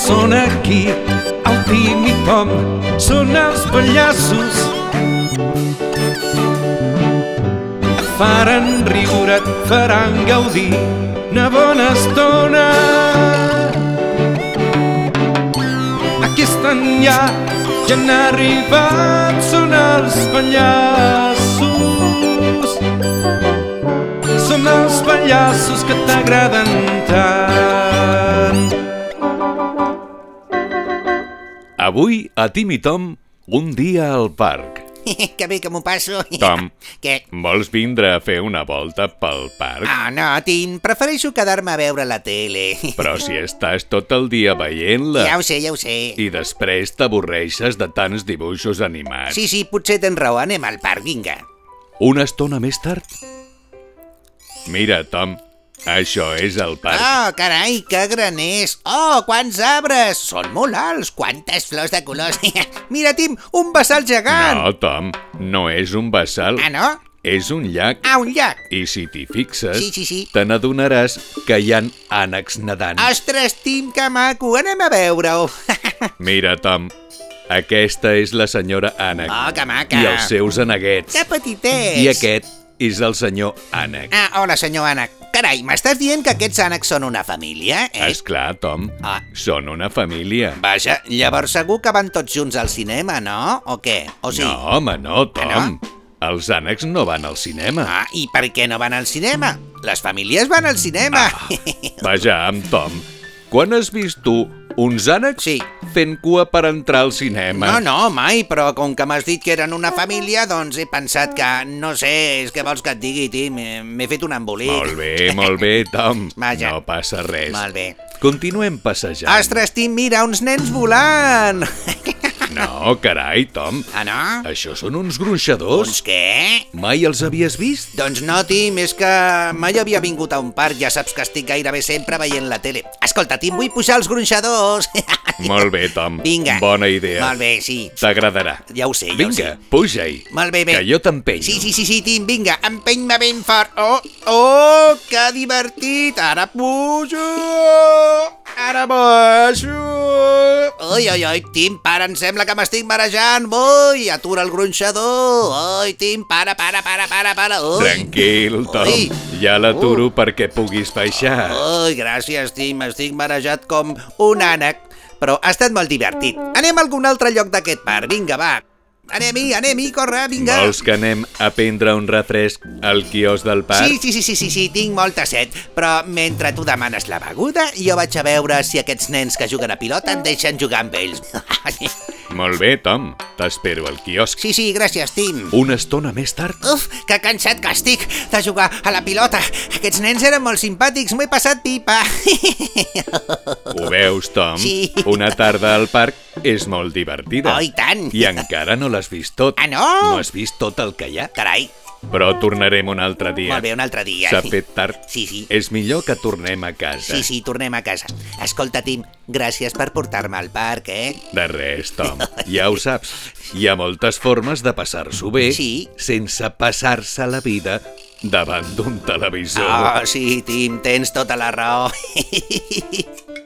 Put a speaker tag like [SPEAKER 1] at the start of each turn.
[SPEAKER 1] Són aquí el Tim i Tom, són els pallassos. Et faran riure, et faran gaudir una bona estona. Aquí estan ja, ja han arribat, són els pallassos. Són els pallassos que t'agraden tant.
[SPEAKER 2] Avui, a Tim i Tom, un dia al parc.
[SPEAKER 3] que bé que m'ho passo.
[SPEAKER 2] Tom.
[SPEAKER 3] Què?
[SPEAKER 2] Vols vindre a fer una volta pel parc?
[SPEAKER 3] No, no, Tim, prefereixo quedar-me a veure la tele.
[SPEAKER 2] Però si estàs tot el dia veient-la
[SPEAKER 3] Ja ho sé, ja ho sé.
[SPEAKER 2] Ah. i després t'avorreixes de tants dibuixos animats.
[SPEAKER 3] Sí, sí, potser tens raó, anem al parc, vinga.
[SPEAKER 2] Una estona més tard... Mira, Tom, això és el parc.
[SPEAKER 3] Oh, carai, que graners! Oh, quants arbres! Són molt alts, quantes flors de colors! Mira, Tim, un vessal gegant!
[SPEAKER 2] No, Tom, no és un vessal,
[SPEAKER 3] Ah, no?
[SPEAKER 2] és un llac.
[SPEAKER 3] Ah, un llac!
[SPEAKER 2] I si t'hi fixes,
[SPEAKER 3] Sí, sí, sí.
[SPEAKER 2] te n'adonaràs que hi ha ànecs nedant.
[SPEAKER 3] Ostres, Tim, que maco! Anem a veure-ho!
[SPEAKER 2] Mira, Tom, aquesta és la senyora ànec
[SPEAKER 3] Oh, que maca!
[SPEAKER 2] i els seus aneguets.
[SPEAKER 3] Que petitets!
[SPEAKER 2] I aquest és el senyor ànec.
[SPEAKER 3] Ah, hola, senyor ànec. Carai, m'estàs dient que aquests ànecs són una família, eh?
[SPEAKER 2] És clar, Tom,
[SPEAKER 3] Ah.
[SPEAKER 2] són una família.
[SPEAKER 3] Vaja, llavors segur que van tots junts al cinema, no? O què? O sí?
[SPEAKER 2] No, home, no, Tom.
[SPEAKER 3] Ah, no?
[SPEAKER 2] Els ànecs no van al cinema.
[SPEAKER 3] Ah, i per què no van al cinema? Les famílies van al cinema.
[SPEAKER 2] Vaja, amb Tom, quan has vist tu uns ànecs
[SPEAKER 3] Sí.
[SPEAKER 2] fent cua per entrar al cinema?
[SPEAKER 3] No, no, mai, però com que m'has dit que eren una família, doncs he pensat que, no sé, és que vols que et digui, Tim, eh, m'he fet un embolic.
[SPEAKER 2] Molt bé, molt bé, Tom.
[SPEAKER 3] Vaja.
[SPEAKER 2] No passa res.
[SPEAKER 3] Molt bé.
[SPEAKER 2] Continuem passejant.
[SPEAKER 3] Ostres, Tim, mira, uns nens volant!
[SPEAKER 2] No, carai, Tom.
[SPEAKER 3] Ah, no?
[SPEAKER 2] Això són uns gruixadors.
[SPEAKER 3] Doncs què?
[SPEAKER 2] Mai els havies vist?
[SPEAKER 3] Doncs no, Tim, és que mai havia vingut a un parc, ja saps que estic gairebé sempre veient la tele. Escolta, Tim, vull pujar els gronxadors.
[SPEAKER 2] Molt bé, Tom.
[SPEAKER 3] Vinga.
[SPEAKER 2] Bona idea.
[SPEAKER 3] Molt bé, sí.
[SPEAKER 2] T'agradarà.
[SPEAKER 3] Ja ho sé, ja ho sé.
[SPEAKER 2] Vinga, puja-hi.
[SPEAKER 3] Molt bé, bé.
[SPEAKER 2] Que jo t'empenyo.
[SPEAKER 3] Sí, sí, sí, sí, Tim, vinga, empeny-me ben fort. Oh, oh, que divertit! Ara pujo! Ara baixo! Ui, ui, ui, Tim, para, em sembla que m'estic marejant. Ui, atura el gronxador. Ui, Tim, para, para, para, para, para. Ui.
[SPEAKER 2] Tranquil, Tom.
[SPEAKER 3] Ui.
[SPEAKER 2] Ja l'aturo
[SPEAKER 3] Uh.
[SPEAKER 2] perquè puguis baixar.
[SPEAKER 3] Ui, gràcies, Tim, estic marejat com un ànec. Però ha estat molt divertit. Anem a algun altre lloc d'aquest parc, vinga, va. Anem-hi, anem-hi, corre, vinga.
[SPEAKER 2] Vols que anem a prendre un refresc al quios del parc?
[SPEAKER 3] Sí, sí, sí, sí, sí, sí, tinc molta set, però mentre tu demanes la beguda, jo vaig a veure si aquests nens que juguen a pilota em deixen jugar amb ells.
[SPEAKER 2] Molt bé, Tom. T'espero al quiosc.
[SPEAKER 3] Sí, sí, gràcies, Tim.
[SPEAKER 2] Una estona més tard...
[SPEAKER 3] Uf, que cansat que estic de jugar a la pilota. Aquests nens eren molt simpàtics, m'ho he passat pipa.
[SPEAKER 2] Ho veus, Tom?
[SPEAKER 3] Sí.
[SPEAKER 2] Una tarda al parc és molt divertida.
[SPEAKER 3] Oh, i tant.
[SPEAKER 2] I encara no l'has vist tot.
[SPEAKER 3] Ah, no?
[SPEAKER 2] No has vist tot el que hi ha.
[SPEAKER 3] Carai,
[SPEAKER 2] Però tornarem un altre dia.
[SPEAKER 3] molt bé, un altre dia.
[SPEAKER 2] S'ha fet Eh, tard.
[SPEAKER 3] Sí, sí.
[SPEAKER 2] És millor que tornem a casa.
[SPEAKER 3] Sí, sí, tornem a casa. Escolta, Tim, gràcies per portar-me al parc, eh?
[SPEAKER 2] De res, Tom. Ja ho saps. Hi ha moltes formes de passar-s'ho bé
[SPEAKER 3] Sí.
[SPEAKER 2] sense passar-se la vida
[SPEAKER 3] Ah.
[SPEAKER 2] davant d'un televisor.
[SPEAKER 3] Oh, sí, Tim, tens tota la raó.